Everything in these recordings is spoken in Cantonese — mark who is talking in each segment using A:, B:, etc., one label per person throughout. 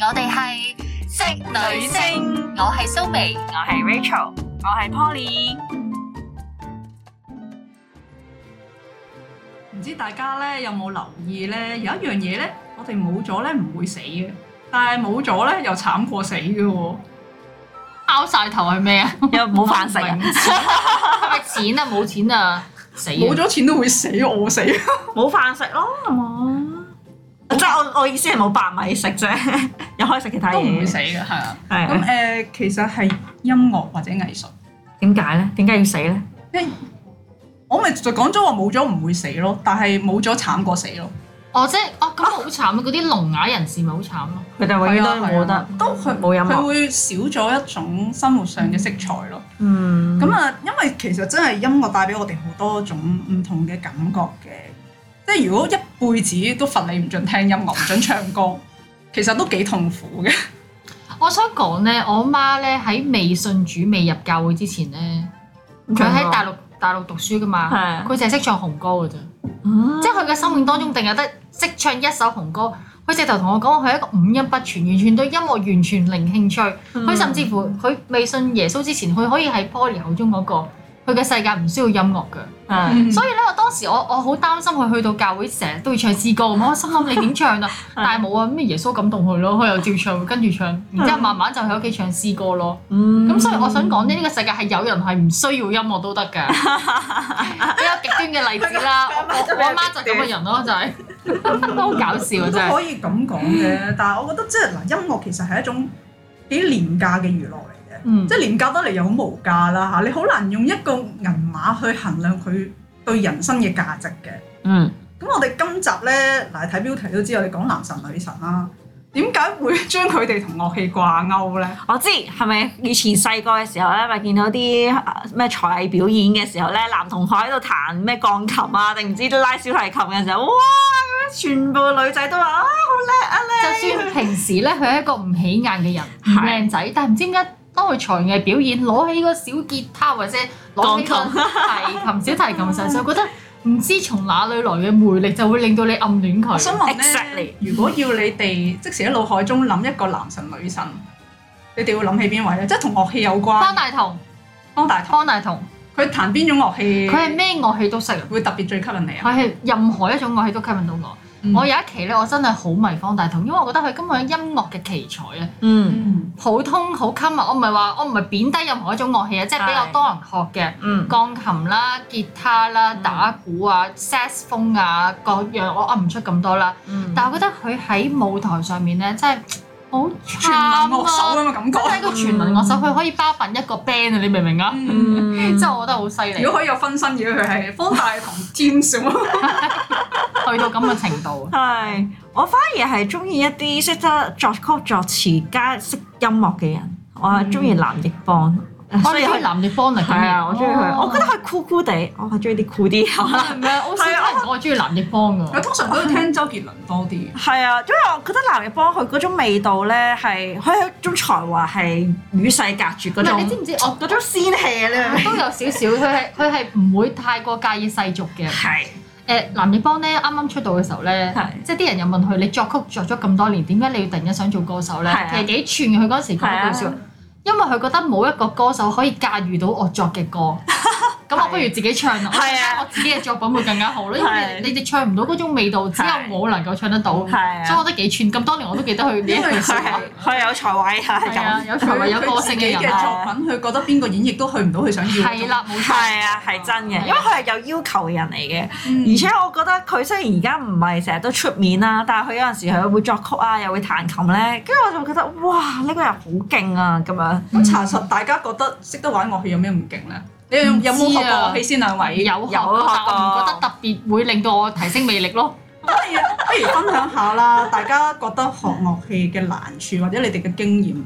A: 我哋係職女聲，
B: 星，
A: 我係蘇眉，
B: 我係 Rachel，我係 Poly。唔知大家咧有冇留意咧？有一樣嘢咧，我哋冇咗咧唔會死嘅，但係冇咗咧又慘過死嘅喎。
C: 拗晒頭係咩啊？
D: 又冇飯食啊
B: 明，知
C: 係咪錢啊？冇錢啊！死啊！
B: 冇咗錢都會死，餓死。
D: 冇飯食咯，係嘛？ 即係我我意思係冇白米食啫， 又可以食其他
B: 都唔
D: 嘢
B: 會。死嘅，係啊。
D: 係
B: 咁誒、
D: 啊
B: 呃其實係音樂或者藝術，
D: 點解咧？點解要死咧？
B: 我咪就講咗話冇咗唔會死咯，但係冇咗慘過死咯。
C: 哦，即係哦，咁好慘啊！嗰啲聾啞人士咪好慘咯。
D: 佢哋永遠都冇得，
B: 啊都佢
D: 冇音樂
B: 佢會少咗一種生活上嘅色彩咯。
D: 嗯，
B: 咁啊、因為其實真係音樂帶俾我哋好多種唔同嘅感覺嘅，即係如果一輩子都罰你唔准聽音樂、唔准唱歌， 其實都幾痛苦嘅。
C: 我想講咧，我媽咧喺未信主、未入教會之前咧，佢喺大陸大陸讀書噶嘛，
D: 係啊
C: 佢淨係識唱紅歌嘅啫，
D: 嗯
C: 即係佢嘅生命當中定係得識唱一首紅歌。佢直頭同我講，佢係一個五音不全，完全對音樂完全零興趣。佢、
D: 嗯
C: 甚至乎佢未信耶穌之前，佢可以喺 Poly 口中嗰、個，佢嘅世界唔需要音樂㗎。
D: 係
C: 嗯所以咧，我當時我我好擔心佢去到教會成日都要唱詩歌咁，我心諗你點唱啊？但係冇啊，咩耶穌感動佢咯，佢又照唱，跟住唱，然之後慢慢就喺屋企唱詩歌咯。
D: 嗯
C: 咁所以我想講呢，呢個世界係有人係唔需要音樂都得㗎，比較極端嘅例子啦。我我阿媽就係咁嘅人咯，就係好搞笑啊！
B: 嗯都
C: 真嗯係
B: 可以咁講嘅，但係我覺得即係嗱，音樂其實係一種幾廉價嘅娛樂嚟嘅，
C: 嗯
B: 即係廉價得嚟又好無價啦嚇，你好難用一個銀碼去衡量佢對人生嘅價值嘅。
D: 嗯
B: 咁我哋今集咧，嗱睇標題都知我哋講男神女神啦，點解會將佢哋同樂器掛鈎咧？
D: 我知係咪以前細個嘅時候咧，咪見到啲啊咩才藝表演嘅時候咧，男同學喺度彈咩鋼琴啊，定唔知拉小提琴嘅時候，哇！全部女仔都話啊，
C: 就算平時咧，佢係一個唔起眼嘅人，唔靚仔，但係唔知點解當佢才藝表演，攞起個小吉他或者攞起個
D: 鋼
C: 提琴、小提琴嘅時候，就覺得唔知從哪裏來嘅魅力，就會令到你暗戀
B: 我
C: 佢
B: 想。問咧
D: Exactly
B: 如果要你哋即時喺腦海中諗一個男神女神，你哋會諗起邊位咧？即係同樂器有關
C: 方，大同，
B: 方大同
C: 方大同，
B: 佢彈邊種樂器？
C: 佢係咩樂器都識，
B: 會特別最吸引你啊？
C: 佢係任何一種樂器都吸引到我。
B: 嗯
C: 我有一期咧，我真係好迷方大同，因為我覺得佢根本係音樂嘅奇才啊！
D: 嗯
B: 嗯
C: 普通好襟啊，我唔係話我唔係貶低任何一種樂器啊，即係比較
D: 係
C: 多人學嘅。
D: 嗯
C: 鋼琴啦、吉他啦、
D: 嗯
C: 打鼓啊、saxophone 啊，各樣我噏唔出咁多啦。
D: 嗯，
C: 但係我覺得佢喺舞台上面咧，真係好
B: 全民樂手
C: 慘啊！
B: 咁嘅感覺
C: 真。係一個全民樂手，佢可以包辦一個 band 啊！你明唔明啊？
B: 嗯
D: 嗯
C: 即係我覺得好犀利，
B: 如果可以有分身嘅，佢係方大同啊 Teams 咁 咯
C: 去到咁嘅程 度啊！
D: 係，我反而係中意一啲識得作曲作詞加識音樂嘅人，我係中意藍奕邦，呃
C: 我
D: 所以
C: 哋中
D: 佢
C: 意藍奕邦嚟
D: 係啊，我中意佢，我覺得
C: 得
D: 佢酷酷地，我係中意啲酷啲可能。
C: 係咪啊？我少人講我中意藍奕邦啊
B: 我
C: 㗎。
B: 通常都會聽周杰倫多啲。
D: 係啊，因為我覺得藍奕邦佢嗰種味道咧，係佢係一種才華係與世隔絕
C: 唔
D: 嗰
C: 係你
D: 種
C: 知唔知我
D: 嗰種仙氣啊！你明唔明？
C: 都有少少，佢係佢係唔會太過介意世俗嘅。
D: 係
C: 誒藍奕邦咧，啱啱出道嘅時候咧
D: 係，
C: 即係啲人又問佢：你作曲作咗咁多年，點解你要突然間想做歌手咧
D: 係啊？
C: 其實幾串嘅，佢嗰陣時講
D: 係啊
C: 嗰句説話，因為佢覺得冇一個歌手可以駕馭到我作 嘅歌，咁我不如自己唱啦。我覺
D: 係啊
C: 得我自己嘅作品會更加好咯，因為你你哋唱唔到嗰種味道，只有
D: 係
C: 我能夠唱得到。
D: 係啊
C: 所以我覺得幾串。咁當年我都記得佢呢一
B: 因為
C: 句
D: 佢
C: 説
D: 係
C: 話。
D: 佢有才華啊，係
C: 係啊
D: 咁，
C: 有才華有歌
B: 佢
C: 性
B: 自己
C: 嘅
B: 嘅
C: 人啊，
B: 作品，佢覺得邊個演繹都去唔到佢想要嗰種。
C: 係啦，冇錯。
D: 係啊，係真嘅，因為佢係有要求嘅人嚟嘅。
B: 嗯，
D: 而且我覺得佢雖然而家唔係成日都出面啦，但係佢有陣時佢會作曲啊，又會彈琴咧，跟住我就覺得哇，呢、個人好勁啊咁樣。
B: 咁查實大家覺得識得玩樂器有咩唔勁咧？你有
C: 啊
B: 有冇學過樂器先啊兩位？
C: 有學
D: 有
C: 過，
D: 學
C: 但我唔
D: 過
C: 覺得特別會令到我提升魅力咯。
B: 係啊，不如分享下啦，大家覺得學樂器嘅難處或者你哋嘅經驗。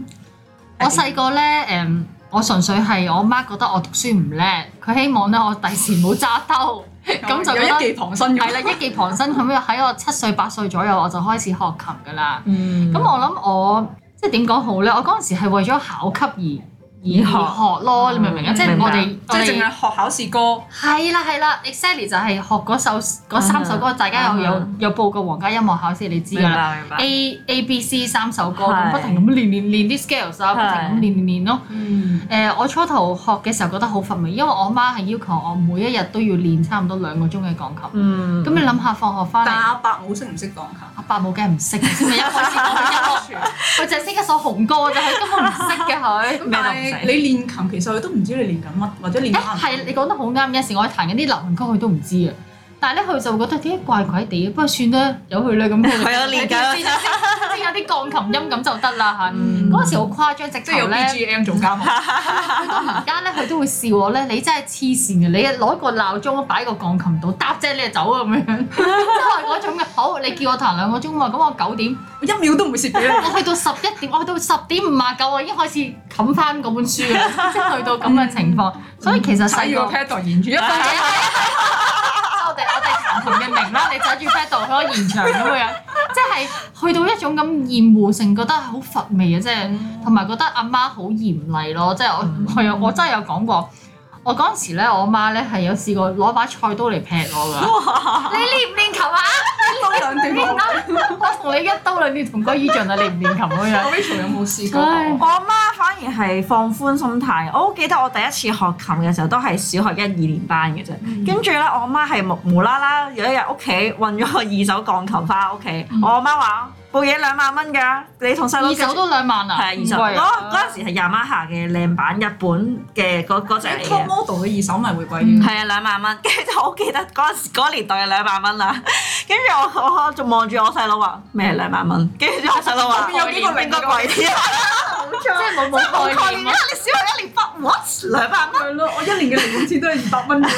C: 我細個咧，誒、我純粹係我媽覺得我讀書唔叻，佢希望咧我第時唔好揸兜，咁就
B: 有
C: 覺
B: 一技
C: 得
B: 傍身
C: 係
B: 嘅。
C: 啦，一技傍身咁樣喺我七歲八歲左右我就開始學琴噶啦。
D: 嗯
C: 咁、我諗我即係點講好咧？我嗰陣時係為咗考級而而
D: 以學
C: 學咯，你明唔明啊？
D: 嗯
C: 即係
D: 明白
C: 我哋
B: 即係啊淨係
C: 係
B: 學考試歌。
C: 係啦係啦，exactly 就係學嗰首嗰三首歌，大家有有有報過皇家音樂考試，你知
D: 明
C: 㗎啦。
D: 啊白明白。
C: A A B C 三首歌，
D: 嗯係
C: 咁不停咁練練練啲 scales 啊，不
D: 係
C: 停咁練練練咯。
B: 嗯，
C: 誒、呃我初頭學嘅時候覺得好乏味，因為我媽係要求我每一日都要練差唔多兩個鐘嘅鋼琴。
D: 嗯，
C: 咁、你諗下放學翻
B: 但
C: 嚟，
B: 阿伯好識唔識講下？
C: 阿伯冇梗係唔識嘅，先咪一開始講音樂，佢就係識一首紅歌啫，佢根本唔識嘅佢。
D: 咩都
B: 但
D: 唔
B: 係
D: 識
B: 你練琴，其實佢都唔知你練緊乜，或者練
C: 誒
B: 緊
C: 係你講得好啱，有時我彈緊啲流行曲佢都唔知嘅，但係咧佢就會覺得點解怪怪地，不過算啦，由佢啦咁。
D: 係啊練緊
C: 即係有啲鋼琴音咁就得啦嚇。
D: 嗯
C: 嗰陣時好誇張，直
B: 即係有
C: 頭咧。
B: BGM 做 家務。
C: 而家咧佢都會笑我咧，你真係黐線嘅，你攞個鬧鐘擺個鋼琴度，搭啫你就走啊咁樣，即係嗰種嘅。好，你叫我彈兩個鐘嘛，咁我九點，
B: 我一秒都唔會蝕俾你。
C: 我去到十一點，我去到十點五啊九，我已經開始冚翻嗰本書啦，即係去到咁嘅情況。所以其實
B: 睇
C: 細
B: 住
C: 個
B: 個 pad 延住一 分鐘。
C: 我哋我哋彈琴嘅名啦，你走住 f e d 嗰個現場咁樣，即係去到一種咁厭惡性，覺得係好乏味啊嘅，即係同埋覺得阿媽好嚴厲咯，即係我係啊，我真係有講過。我嗰陣時咧，我媽咧係有試過攞把菜刀嚟劈我㗎。你練唔練琴啊？
B: 刀兩 斷
C: 練
B: 我。
C: 啦！我同你一刀兩斷同歸於盡啊！你唔練琴咁樣。
B: Rachel 有冇試過？
C: 唉
D: 我阿媽反而係放寬心態。我好記得我第一次學琴嘅時候都係小學一二年班嘅啫。
C: 嗯
D: 跟住咧，我阿媽係無無啦啦有一日屋企運咗個二手鋼琴翻屋企，我阿媽話：部嘢兩萬蚊㗎，你同細佬
C: 嗯二
D: 繼續
C: 手都兩萬啊，
D: 係
C: 唔
D: 二手。
C: 貴
D: 嗰嗰
C: 啊
D: 陣時係 Yamaha 嘅靚版日本嘅嗰嗰隻嚟
B: Top
C: 嗯
D: 嘅。
B: model 嘅二手咪會貴啲。
D: 係啊，兩萬蚊，跟住就我好記得嗰陣時嗰年代嘅兩萬蚊啦。跟住我我仲望住我細佬話咩兩萬蚊，跟住我細佬話
B: 有幾個
C: 啊
D: 應該貴啲。
C: 即係冇冇概念咯。啊
D: 啊你小學一年畢 what 兩百蚊？
B: 係咯，我一年嘅零用錢都係二百蚊。
C: 啊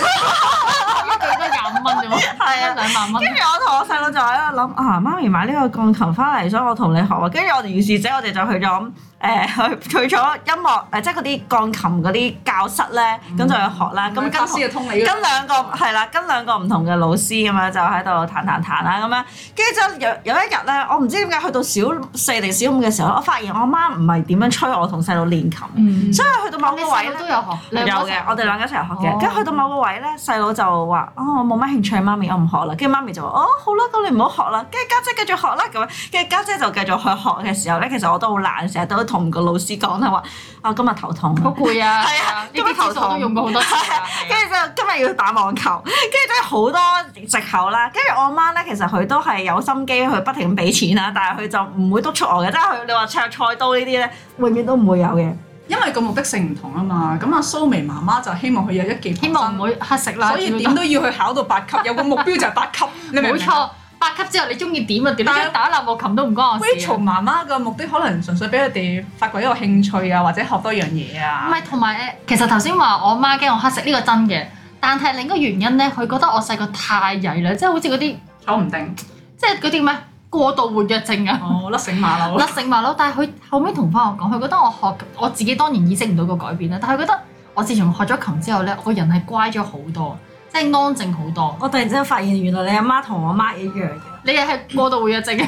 C: 一個都廿五蚊啫喎，
D: 係啊
C: 一兩萬蚊
D: 跟。住我同我細佬就喺度諗啊，媽咪買呢個鋼琴翻嚟，所以我同你學啊。跟住我哋於是者，我哋就去咗誒、 去去咗音樂誒、即係嗰啲鋼琴嗰啲教室咧，咁、就去學啦。咁跟
B: 教師啊嘅通理
D: 跟兩個係啦，跟兩個唔同嘅老師咁樣就喺度彈彈彈啦咁樣，跟住就有有一日咧，我唔知點解去到小四定小五嘅時候，我發現我媽唔係點樣催我同細佬練琴，
C: 嗯
D: 所以去到某
C: 你
D: 個位
C: 細
D: 咧
C: 佬。都有學，
D: 有
C: 兩個一齊
D: 嘅，我哋兩個一齊學嘅。
C: 哦
D: 跟住去到某個位咧，細佬就話：哦，我冇乜興趣，媽咪，我唔學啦。跟住媽咪就話：哦，好啦，咁你唔好學啦。跟住家姐繼續學啦，咁樣。跟住家姐就繼續去學嘅時候咧，其實我都好懶，成日都同個老師講啦，話：啊，今日頭痛啊。
C: 好攰啊！
D: 係啊
C: 呢啲
D: 今日頭
C: 招數我
D: 痛
C: 都用過好多次啊。係
D: 跟
C: 啊
D: 住就今日要打網球，跟住真係好多藉口啦。跟住我媽咧，其實佢都係有心機，佢不停咁俾錢啦，但係佢就唔會督促我嘅。即係佢你話赤菜刀呢啲咧，永遠都唔會有嘅。
B: 因為個目的性唔同啊嘛。咁阿蘇眉媽媽就希望佢有一技
C: 希望唔會乞食啦。
B: 所以點
C: 主要
B: 都要去考到八 級，有個目標就係八級，你明唔
C: 冇
B: 明？
C: 錯。八級之後你中意點啊？點
B: 但係
C: 樣打立我琴都唔關我事啊。
B: Rachel 媽媽嘅目的可能純粹俾佢哋發掘一個興趣啊，或者學多樣嘢
C: 唔
B: 啊。
C: 係，同埋誒，其實頭先話我媽驚我乞食呢個真嘅，但係另一個原因咧，佢覺得我細個太曳啦，即係好似嗰啲即
B: 坐唔定，
C: 係嗰啲咩過度活躍症啊。
B: 哦，甩繩馬騮。
C: 甩繩馬騮，但係佢後尾同翻我講，佢覺得我學我自己當然意識唔到個改變啦，但係佢覺得我自從學咗琴之後咧，我個人係乖咗好多，即係安靜好多。
D: 我突然之間發現，原來你阿媽同我媽一樣嘅。
C: 你係過度活躍症嘅，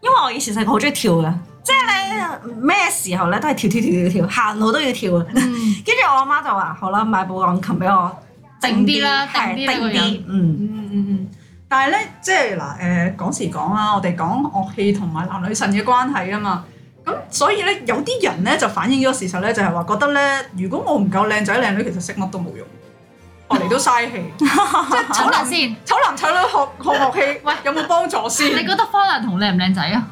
D: 因為我以前細個好中意跳嘅，即係咧咩時候咧都係跳跳跳跳跳，行路都要跳啊！
C: 嗯
D: 跟住我阿媽就話：好啦，買部鋼琴俾我，
C: 靜啲啦
D: 係
C: 定啲啦
D: 定
C: 個人
D: 啲，嗯，
B: 嗯嗯嗯，但係咧，即係嗱誒講時講啦，我哋講樂器同埋男女神嘅關係啊嘛。咁所以咧，有啲人咧就反映咗個事實咧，就係話覺得咧，如果我唔夠靚仔靚女，其實識乜都冇用，學嚟都嘥氣。即係
C: 好
B: 醜
C: 啦
B: 男
C: 先，
B: 醜男醜女學學樂器，喂有冇幫助先？
C: 你覺得方大同靚唔靚仔啊？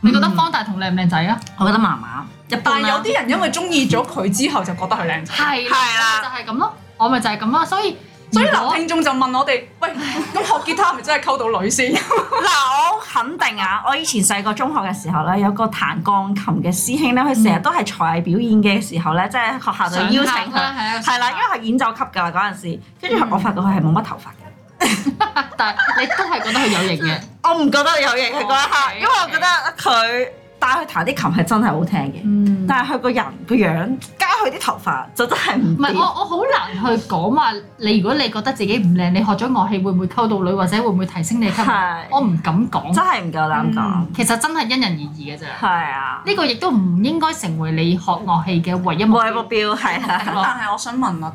C: 你覺得方大同靚唔靚仔啊？
D: 嗯我覺得麻麻一
B: 但
D: 般
B: 係
D: 啦
B: 有。啲人因為中意咗佢之後，就覺得佢靚仔。
C: 係
D: 係啦
C: 啦，就係咁咯，我咪就係咁咯，所以
B: 所以
C: 如
B: 嗱，
C: 果
B: 聽眾就問我哋：喂，咁學吉他係咪真係溝到女 先？啊
D: 嗱，我肯定啊！我以前細個中學嘅時候咧，有個彈鋼琴嘅師兄咧，佢成日都係才藝表演嘅時候咧，即係學校就邀請
C: 上客啦嗯
D: 佢，
C: 係啊，
D: 係啦，因為係演奏級㗎啦嗰陣時，跟住我發覺佢係冇乜頭髮嘅。
C: 為但係你都係覺得佢有型嘅，
D: 我唔覺得有型佢嗰一刻，
C: 哦，OK，
D: 因為我覺得佢，但係佢彈啲琴係真係好聽嘅。
C: 嗯
D: 但係佢個人個樣加佢啲頭髮就真係唔
C: 唔係我
D: 掂。
C: 我好難去講話你，如果你覺得自己唔靚，你學咗樂器會唔會溝到女，或者會唔會提升你吸引力？
D: 係
C: 我唔敢講，
D: 真係唔夠膽講
B: 嗯，
C: 其實真係因人而異嘅啫。
D: 係啊，
C: 呢個亦都唔應該成為你學樂器嘅唯一目
D: 冇係目標
C: 標。
D: 係啊，
B: 但係我想問啊，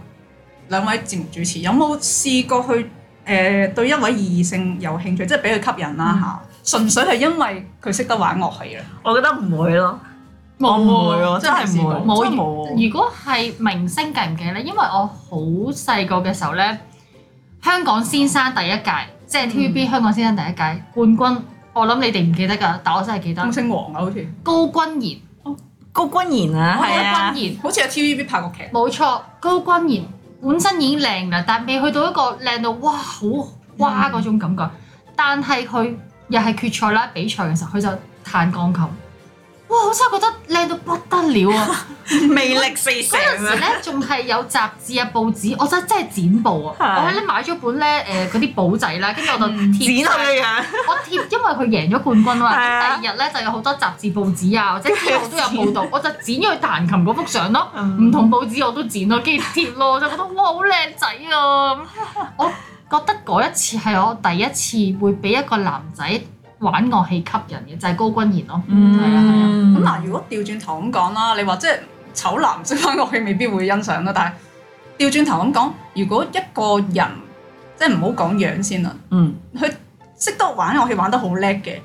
B: 兩位節目主持有冇試過去誒、呃、對一位異性有興趣，即係俾佢吸引啦嚇？純粹係因為佢識得玩樂器啊啦，
D: 我覺得唔會咯，我唔會
C: 冇
D: 喎，真係唔會，
C: 冇
D: 真係冇喎。
C: 如果係明星計唔計咧？因為我好細個嘅時候咧，香港先生第一屆，即係 TVB 香港先生第一屆冠軍，我諗你哋唔記得㗎，但我真係記得
B: 金星王啊，好似
C: 高君賢，
D: 高君賢啊，
C: 高
D: 係啊，
C: 君賢。
B: 好似係 TVB 拍過劇。
C: 冇錯，高君賢本身已經靚啦，但未去到一個靚到哇好哇嗰種感覺。但係佢又係決賽啦，比賽嘅時候佢就彈鋼琴，哇！我真係覺得靚到不得 了啊！
D: 魅力四射啊
C: 嗰
D: 咁
C: 陣時
D: 樣。
C: 咧仲係有雜誌啊、報紙，我真係真係剪報啊！
D: 係嗯
C: 我喺咧買咗本咧誒嗰啲簿仔啦，跟住我就貼
D: 剪佢
C: 上
D: 嘅樣，
C: 我貼，因為佢贏咗冠軍嘛。
D: 係啊
C: 咁第二日咧就有好多雜誌報紙啊，或者之後都有 報道，我就剪咗佢彈琴嗰幅相咯。唔同報紙我都剪咯，跟住貼咯，我就覺得哇好靚仔啊！咁我覺得嗰一次係我第一次會俾一個男仔玩樂器吸引嘅，就係、高君賢咯。係啊係啊，
D: 嗯
B: 咁嗱，如果調轉頭咁講啦，你話即係醜男識翻樂器未必會欣賞啦，但係調轉頭咁講，如果一個人即係唔好講樣先啦，
D: 嗯，
B: 佢識得玩樂器玩得好叻嘅，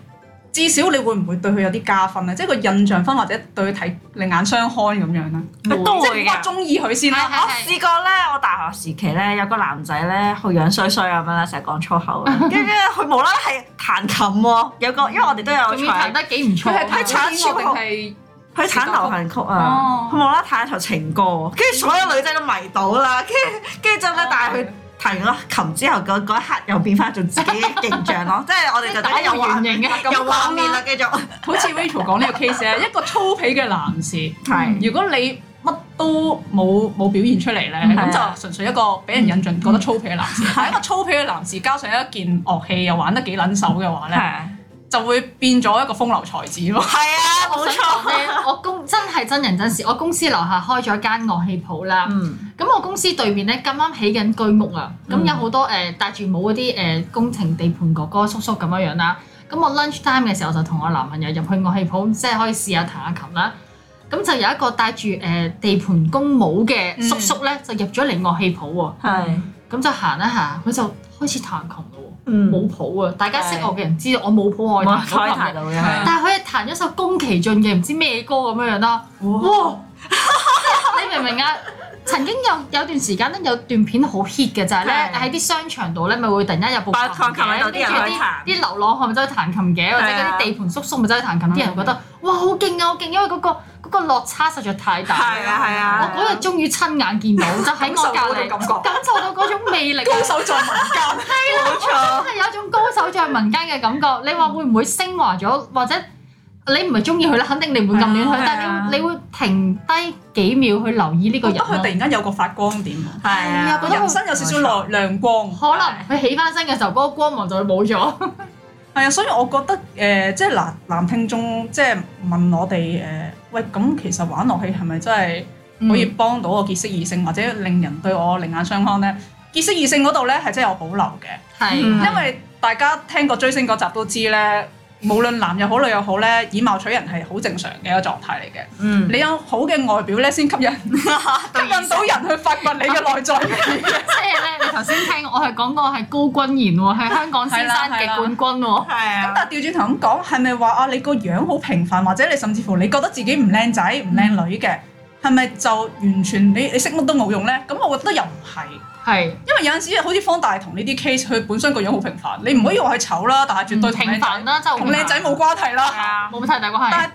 B: 至少你會唔會對佢有啲加分咧？即係個印象分或者對佢睇另眼相看咁樣咧？
C: 嗯
D: 都
B: 即係
D: 會
B: 哇
D: 㗎。
B: 中意佢先啦，
C: 係
D: 我試過咧，我大學時期咧有個男仔咧，佢樣衰衰咁樣啦，成日講粗口 啦，跟住咧佢無啦啦係彈琴喎，有個因為我哋都有
C: 仲要彈
D: 唱，
C: 得幾唔錯
B: 佢係
C: 啊。
B: 睇
D: 搶
B: 超
D: 超
B: 定係
D: 佢彈流行曲啊
B: 哦，
D: 佢無啦啦彈一首情歌，跟住所有女仔都迷倒啦，跟住跟住之後咧
C: 哦，
D: 但係佢彈完嗰琴之後，嗰嗰一刻又變翻做自己嘅形象咯，即係我哋就
C: 打回
D: 有畫面，
C: 原形嘅啊
D: 有畫面啊啦，繼續
B: 好似 Rachel 講呢個 case 咧，一個粗鄙嘅男士。
D: 係
B: 如果你乜都冇冇表現出嚟咧，
D: 係啊
B: 咁就純粹一個俾人印象覺得粗鄙 嘅男士。但係一個粗鄙嘅男士加上一件樂器又玩得幾撚手嘅
D: 係
B: 話咧，就會變咗一個風流才子咯。
D: 係 啊，冇
C: 我想
D: 錯，
C: 講咧，我公真係真人真事，我公司樓下開咗間樂器鋪啦。
D: 嗯
C: 咁我公司對面咧咁啱起緊居屋啊，咁
D: 嗯
C: 有好多誒戴住帽嗰啲誒工程地盤哥哥叔叔咁樣樣啦。咁我 lunch time 嘅時候就同我男朋友入去樂器鋪，即係可以試下彈下琴啦。咁就有一個戴住誒地盤工帽
D: 嗯
C: 嘅叔叔咧，就入咗嚟樂器鋪喎。
D: 係
C: 咁就行一下，佢就開始彈琴咯喎，
D: 嗯
C: 冇譜啊！大家識我嘅人知道我冇譜，我係彈
D: 可以
C: 到琴
D: 彈
C: 嘅。
D: 到嘅係
C: 但係佢係彈一首宮崎駿嘅唔知咩歌咁樣樣啦。哇！你明唔明啊？曾經有有段時間咧，有段片好 hit 嘅就係咧，
D: 係
C: 喺啲商場度咧，咪會突然間有部
D: 擺
C: 琴
D: 鋼琴喺
C: 嘅，
D: 度
C: 跟
D: 啲人
C: 住
D: 去
C: 啲
D: 彈
C: 啲流浪漢咪走去彈琴嘅，或者
D: 係
C: 嗰
D: 啊嗯
C: 啲地盤叔叔咪走去彈琴，啲人覺得哇好勁啊好勁，因為嗰個嗰個落差實在太大。
D: 係啊係
C: 我
D: 啊，
C: 嗰日終於親眼見到，就喺我隔離，
B: 感受到嗰種
C: 感受到嗰種魅力啊。
B: 高手在民 間，
D: 冇錯。
C: 真係有一種高手在民間嘅感覺。你話會唔會升華咗，或者你唔係中意佢啦，肯定你唔會咁戀
D: 係
C: 佢，
D: 啊
C: 但係你你會停低幾秒去留意呢個
B: 覺
C: 人
B: 得佢突
C: 咯。
B: 然間有個發光點，
D: 係啊，
C: 覺得
B: 人生有少少亮亮光。
C: 可能佢起翻身嘅時候，嗰、個光芒就會冇咗。
B: 係啊，所以我覺得誒、呃即係男男聽眾即係問我哋誒、呃喂，咁其實玩樂器係咪真係
D: 嗯
B: 可以幫到我結識異性，或者令人對我另眼相看咧？結識異性嗰度咧係真係有保留嘅，
C: 係，
D: 嗯
B: 因為大家聽過追星嗰集都知咧，無論男又好女又好咧，以貌取人係好正常嘅一個狀態嚟嘅。
D: 嗯，
B: 你有好嘅外表咧，先吸引 吸引到人去發掘你嘅內在
D: 啊
B: 嘅嘢。
C: 即係咧，你頭先聽我係講過係高君賢喎，係香港先生嘅冠軍
D: 係
B: 咁
C: 喎。
D: 啊，
B: 但係調轉頭咁講，係咪話啊你個樣好平凡，或者你甚至乎你覺得自己唔靚仔唔靚女嘅，係咪就完全你你識乜都冇用咧？咁我覺得又唔係，
C: 係
B: 因為有陣時好似方大同呢啲 case，佢本身個樣好平凡，你唔可以話佢醜啦，但係絕對同
C: 平凡啦，真係好
B: 同
C: 平凡
B: 靚仔冇關係啦。
D: 係啊，
C: 冇太大關
B: 但
C: 係
B: 係。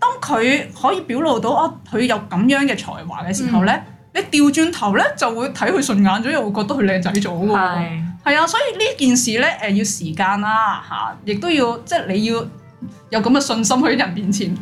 B: 當佢可以表露到啊，佢有咁樣嘅才華嘅時候咧，
D: 嗯
B: 你調轉頭咧就會睇佢順眼咗，又會覺得佢靚仔咗喎。
D: 係。
B: 係啊，所以呢件事咧，誒、要時間啦嚇，亦都要即係你要有咁嘅信心喺人面前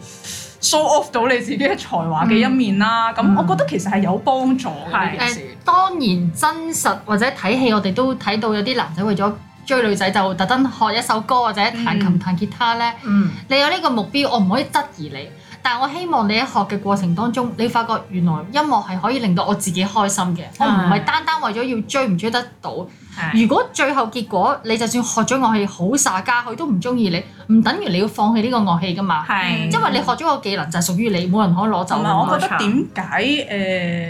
B: show off 到你自己嘅才華嘅一面啦。咁、
D: 嗯
B: 我覺得其實係有幫助嘅呢
D: 係
B: 件事
C: 誒。當然真實或者睇戲，我哋都睇到有啲男仔為咗追女仔就特登學一首歌或者彈琴彈吉他咧。
D: 嗯，
C: 你有呢個目標，我唔可以質疑你。但係我希望你喺學嘅過程當中，你發覺原來音樂係可以令到我自己開心嘅，我
B: 啊
C: 唔係單單為咗要追唔追得到。
B: 係
C: 如果最後結果你就算學咗樂器好耍家，佢都唔中意你，唔等於你要放棄呢個樂器噶嘛。
D: 係
C: 因為你學咗個技能就係屬於你，冇人可以攞走
B: 同
C: 㗎嘛。
B: 埋我覺得
D: 冇錯
B: 點解誒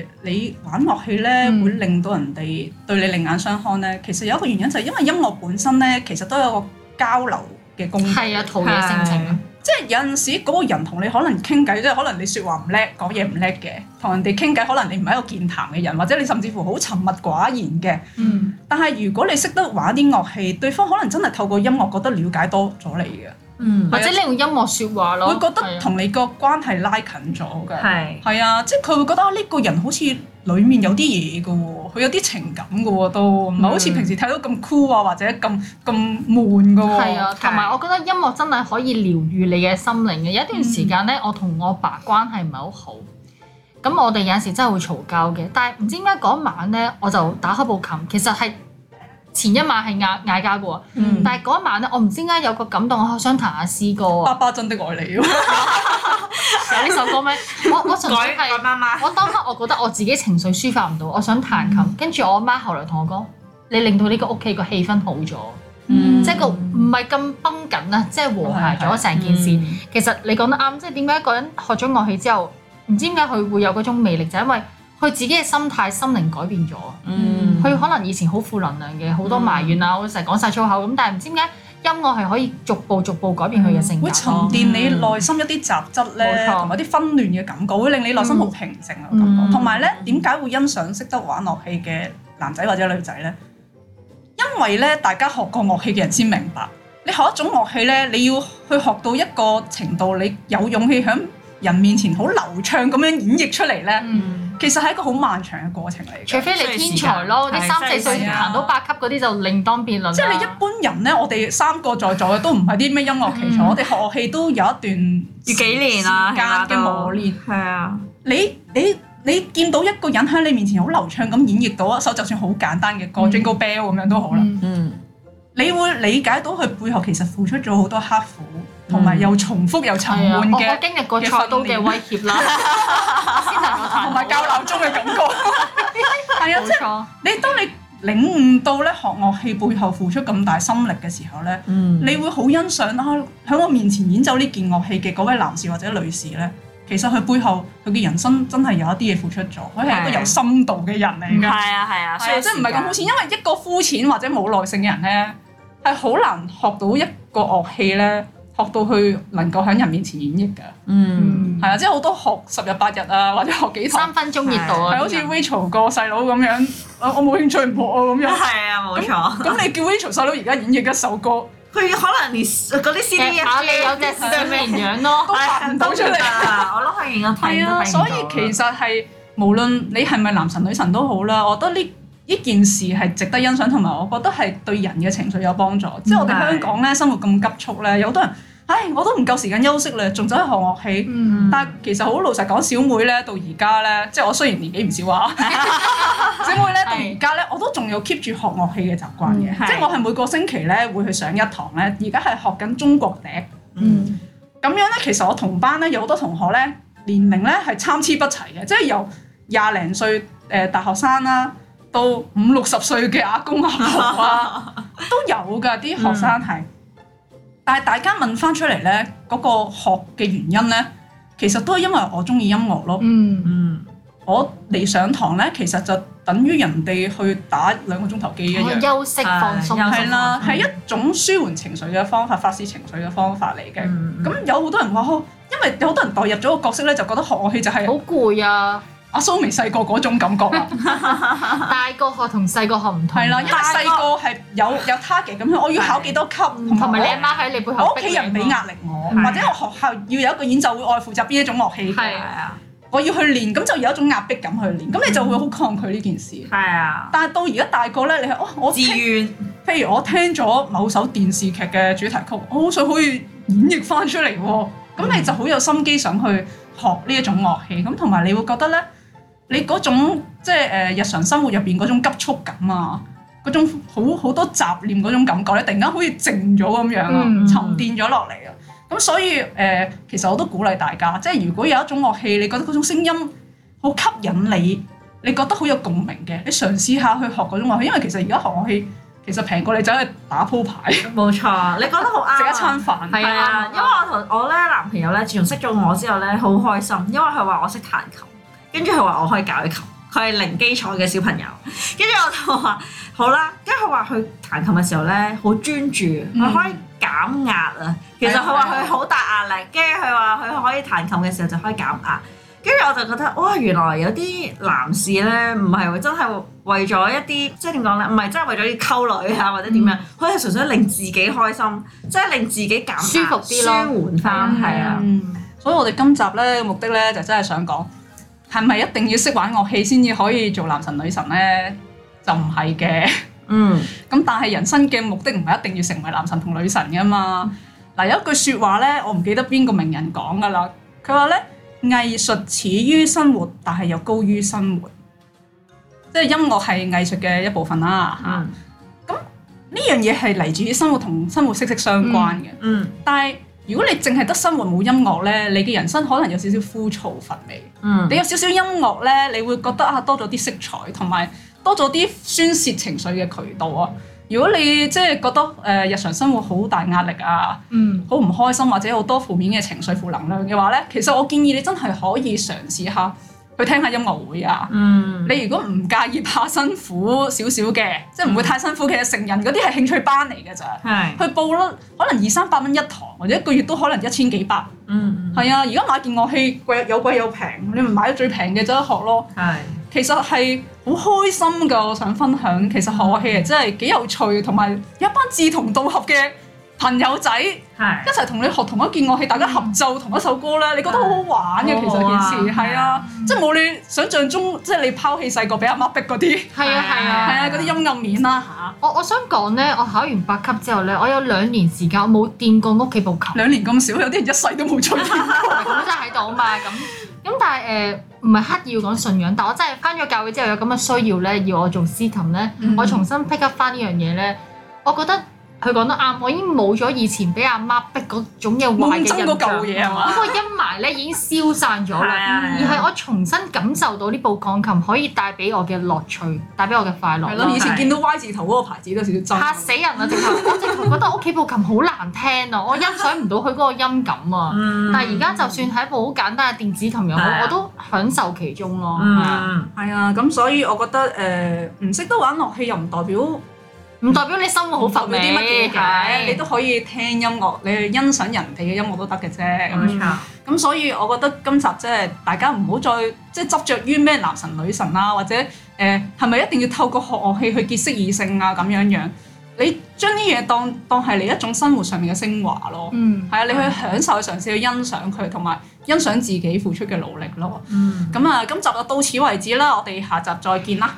B: 呃你玩樂器咧
C: 嗯
B: 會令到人哋對你另眼相看咧？其實有一個原因就係因為音樂本身咧，其實都有個交流嘅功能。
C: 係啊，陶冶性情啊。
B: 即係有陣時嗰個人同你可能傾偈，即係可能你説話唔叻，講嘢唔叻嘅，同人哋傾偈可能你唔係一個健談嘅人，或者你甚至乎好沉默寡言嘅。
C: 嗯，
B: 但係如果你識得玩啲樂器，對方可能真係透過音樂覺得了解多咗你嘅，
D: 嗯
C: 或者你用音樂説話咯，
B: 會覺
C: 係
B: 得
C: 啊
B: 同你個關係拉近咗㗎。
D: 係
B: 係啊，即係佢會覺得啊呢個人好似裡面有啲嘢㗎喎，佢有啲情感㗎喎，都唔係好似
D: 嗯
B: 平時睇到咁 cool 啊，或者咁咁悶㗎喎。
C: 係啊，同埋我覺得音樂真係可以療愈你嘅心靈嘅。有一段時間咧，我同我爸關係唔係好好，咁我哋有陣時真係會嘈交嘅。但係唔知點解嗰晚咧，我就打開部琴，其實係前一晚係嗌嗌交嘅喎，
B: 嗯
C: 但係嗰一晚咧，我唔知點解有個感動，我好想彈下詩歌
B: 爸
C: 啊，
B: 爸真的愛你喎。
C: 有呢首歌咩？我我純粹
D: 改
C: 係
D: 改媽媽，
C: 我當刻我覺得我自己情緒抒發唔到，我想彈琴，跟住我媽後來同我講：你令到呢個屋企個氣氛好咗。
D: 嗯
C: 即係個唔係咁崩緊啊，即係和諧咗成件事。
D: 嗯
C: 其實你講得啱，即係點解一個人學咗樂器之後，唔知點解佢會有嗰種魅力，就係因為佢自己嘅心態、心靈改變咗。
D: 嗯
C: 佢可能以前好負能量嘅，好多埋怨啊，我成日講晒粗口咁，但係唔知點解音樂係可以逐步逐步改變佢嘅性格
B: 會
C: 咯。
B: 沉澱你內心一啲雜質咧，
C: 冇錯
B: 同埋啲紛亂嘅感覺，會令你內心好平靜嘅感
C: 嗯
B: 覺。同埋咧，點解會欣賞識得玩樂器嘅男仔或者女仔咧？因為咧，大家學過樂器嘅人先明白，你學一種樂器咧，你要去學到一個程度，你有勇氣喺人面前好流暢咁樣演繹出嚟咧，
C: 嗯
B: 其實係一個好漫長嘅過程嚟嘅
C: 除。非你天才咯，
D: 需
C: 你
D: 要時間
C: 三四
D: 係
C: 歲
B: 需要時間
C: 行到八級嗰啲就另當別論啦。
B: 即係你一般人咧，我哋三個在座嘅都唔係啲咩音樂奇才，
C: 嗯
B: 我哋學樂器都有一段
D: 要幾年啊
B: 嗯時間
D: 起碼都
B: 嘅磨練。
D: 係啊，
B: 你你你見到一個人喺你面前好流暢咁演繹到一啊首就算好簡單嘅歌、
C: 嗯
B: Jingle Bell 咁樣都好啦，
C: 嗯
D: 嗯
B: 你會理解到佢背後其實付出咗好多刻苦，同埋
D: 嗯
B: 又重複又沉
C: 係啊，
B: 悶
C: 我我
B: 嘅，
C: 經歷過菜刀嘅威脅啦，先能夠彈到
B: 同埋教鬧鐘嘅感 覺。 係啊，
C: 冇
B: 即係
C: 錯。
B: 你當你領悟到咧學樂器背後付出咁大心力嘅時候咧，
D: 嗯
B: 你會好欣賞啊！喺我面前演奏呢件樂器嘅嗰位男士或者女士咧，其實佢背後佢嘅人生真係有一啲嘢付出咗，佢係一個有深度嘅人嚟
D: 係
B: 㗎。
D: 啊係啊，
B: 係啊，即係唔係咁膚淺，因為一個膚淺或者冇耐性嘅人咧，係好難學到一個樂器咧，學到佢能夠喺人面前演繹㗎。
D: 嗯。
C: 嗯
B: 係啊，即係好多學十日八日啊， 或者學幾堂
C: 三，分鐘熱度啊！
B: 係好似 Rachel 個細佬咁樣，啊我冇興趣唔學啊咁
C: 嗯
B: 樣。
D: 係啊，冇錯。
B: 咁你叫 Rachel 細佬而家演繹一首歌，
D: 佢可能連嗰啲 CD
C: 隻
D: 一
C: 啊跑你有隻 小綿羊咯，
D: 係
B: 唔到出嚟
D: 啊！我諗佢應該睇都
B: 係
D: 睇唔到
B: 啊，
D: 啦
B: 所以其實係無論你係咪男神女神都好啦，我覺得呢呢件事係值得欣賞，同埋我覺得係對人嘅情緒有幫助。即係我哋
D: 嗯係
B: 香港咧生活咁急促咧，有好多人，唉，我都唔夠時間休息啦，仲走去學樂器。
C: 嗯，
B: 但係其實好老實講，小妹咧到而家咧，即係我雖然年紀唔少 啊， 小妹咧到而家咧，我都仲有 keep 住學樂器嘅習慣嘅，
D: 嗯
B: 即係我係每個星期咧會去上一堂咧，而家係學緊中國笛。
C: 嗯，
B: 咁樣咧，其實我同班咧有好多同學咧年齡咧係參差不齊嘅，即係由廿零歲誒、呃大學生啦、到五六十歲嘅阿公阿婆 啊，都有㗎啲學生係。但係大家問翻出嚟咧，嗰、個學嘅原因咧，其實都係因為我中意音樂咯。
C: 嗯，
D: 嗯
B: 我嚟上堂咧，其實就等於人哋去打兩個鐘頭機一樣。
C: 休息放鬆，
D: 係
B: 係啦，
D: 嗯
B: 係一種舒緩情緒嘅方法、發泄情緒嘅方法嚟嘅。
D: 嗯
B: 咁有好多人話哦，因為有好多人代入咗個角色咧，就覺得學樂器就
C: 好
B: 係
C: 攰啊！
B: 阿蘇眉細個嗰種感覺啦。
C: 大個學同細個學唔同，
B: 係啦，因為細個係有有 target 咁樣，我要考幾多級，
C: 同
B: 同
C: 埋你
B: 埋
C: 阿媽喺你背
B: 我
C: 後
B: 我屋
C: 逼
B: 企
C: 你啊
B: 人俾壓力我，或者我學校要有一個演奏會，我係負責邊一種樂器
C: 係
B: 嘅，
D: 係啊
B: 我要去練，咁就有一種壓迫感去練，咁你就會好抗拒呢件事。
D: 係啊，
B: 但係到而家大個咧，你係哦，我
D: 自
B: 聽
D: 願
B: 譬如我聽咗某首電視劇嘅主題曲，我好想可以演繹翻出嚟喎。咁你就好有心機想去學呢一種樂器，咁同埋你會覺得咧，你嗰種即係誒、呃日常生活入邊嗰種急促感啊，嗰種好好多雜念嗰種感覺咧，突然間好似靜咗咁樣啊，
C: 嗯
B: 沉澱咗落嚟啊。咁所以誒、呃其實我都鼓勵大家，即係如果有一種樂器，你覺得嗰種聲音好吸引你，你覺得好有共鳴嘅，你嘗試下去學嗰種樂器，因為其實而家學樂器其實平過你走去打鋪牌食
D: 冇錯，你講得好啱
B: 一
D: 啊。
B: 餐飯。
D: 係啊，因為我同我咧男朋友咧，自從識咗我之後咧，好開心，因為佢話我識彈琴，跟住佢話我可以教佢琴，佢係零基礎嘅小朋友。跟住我就話好啦，跟住佢話佢彈琴嘅時候咧，好專注，佢可以減壓嗯啊。其實佢話佢好大壓力，跟住佢話佢可以彈琴嘅時候就可以減壓。跟住我就覺得，哇！原來有啲男士咧，唔係喎，真係為咗一啲即係點講咧，唔係真係為咗啲溝女啊，或者點樣，佢係純粹令自己開心，即係令自己減壓
C: 舒服啲咯
D: 舒緩翻，係啊，
B: 嗯，所以我哋今集咧目的咧就真係想講，係咪一定要識玩樂器先至可以做男神女神咧？就唔係嘅。
D: 嗯，
B: 咁但係人生嘅目的唔係一定要成為男神同女神噶嘛。嗱有一句説話咧，我唔記得邊個名人講噶啦，佢話咧藝術始於生活，但係又高於生活，即係音樂係藝術嘅一部分啦嚇。
D: 嗯，
B: 呢樣嘢係嚟自於生活同生活息息相關嘅。
D: 嗯，
B: 但係如果你淨係得生活冇音樂咧，你嘅人生可能有少少枯燥乏味。
D: 嗯
B: 你，有少少音樂咧，你會覺得啊多咗啲色彩，同埋多咗啲宣泄情緒嘅渠道啊。如果你即係覺得誒、呃日常生活好大壓力啊，
C: 嗯，
B: 好唔開心啊或者好多負面嘅情緒負能量嘅話咧，其實我建議你真係可以嘗試下去聽下音樂會啊。
D: 嗯，
B: 你如果唔介意怕辛苦少少嘅，即係唔會太辛苦，其實成人嗰啲係興趣班嚟嘅咋。
D: 係，
B: 去報啦，可能二三百蚊一堂，或者一個月都可能一千幾百。
D: 嗯，
B: 係啊，而家買件樂器貴有貴有平，你咪買咗最平嘅就得學咯。
D: 係，
B: 其實係好開心㗎，我想分享。其實學樂器係真係幾有趣，同埋有一班志同道合嘅朋友仔一
D: 係，
B: 齊同你學同一件樂器，大家合奏同一首歌咧，你覺得好好玩嘅。
D: 嗯
B: 其實件事
D: 好好玩
B: 係啊，即係冇你想象中，即係你拋棄細個俾阿媽逼嗰啲，係
C: 係啊係
D: 係
C: 啊。
B: 啊嗰啲陰暗面啦嚇。
C: 我我想講咧，我考完八級之後咧，我有兩年時間我冇掂過屋企部琴，
B: 兩年咁少，有啲人一世都冇吹過。
C: 咁真係喺度啊嘛，咁咁但係誒唔係刻意要講信仰，但我真係翻咗教會之後有咁嘅需要咧，要我做司琴咧，
B: 嗯
C: 我重新 pick up 翻呢樣嘢咧，我覺得佢講得啱，我已經冇咗以前俾阿媽逼嗰種嘅壞嘅印
B: 冇咁憎嗯
C: 象，
B: 嗰嚿嘢係嘛
C: 嗰個陰霾咧已經消散咗
D: 係
C: 啦。
D: 啊，
C: 而係我重新感受到呢部鋼琴可以帶俾我嘅樂趣，帶俾我嘅快樂
B: 係
C: 咯
B: 咯，以前見到 Y 字頭嗰個牌子都有少少
C: 哦嚇
B: 憎。
C: 死人啊！直頭我直頭覺得屋企部琴好難聽啊，我欣賞唔到佢嗰個音感啊。
D: 嗯，
C: 但係而家就算係一部好簡單嘅電子琴又好
D: 係啊，
C: 我都享受其中咯。係啊
D: 嗯，
B: 係啊，咁所以我覺得呃誒唔識得玩樂器又唔代表
C: 唔代表你生活好乏味
B: 代表啲乜嘢嘅，你
C: 係
B: 都可以聽音樂，你去欣賞人哋嘅音樂都得嘅啫。咁
D: 冇
B: 樣
D: 錯，
B: 咁所以我覺得今集即係大家唔好再即係執着於咩男神女神啦，或者誒係咪一定要透過學樂器去結識異性啊咁樣樣？你將呢樣嘢當當係你一種生活上面嘅升華咯。
C: 嗯
B: 係啊，你去享受、去嘗試去欣賞佢，同埋欣賞自己付出嘅努力咯。
D: 嗯，
B: 咁啊，今集就到此為止啦，我哋下集再見啦，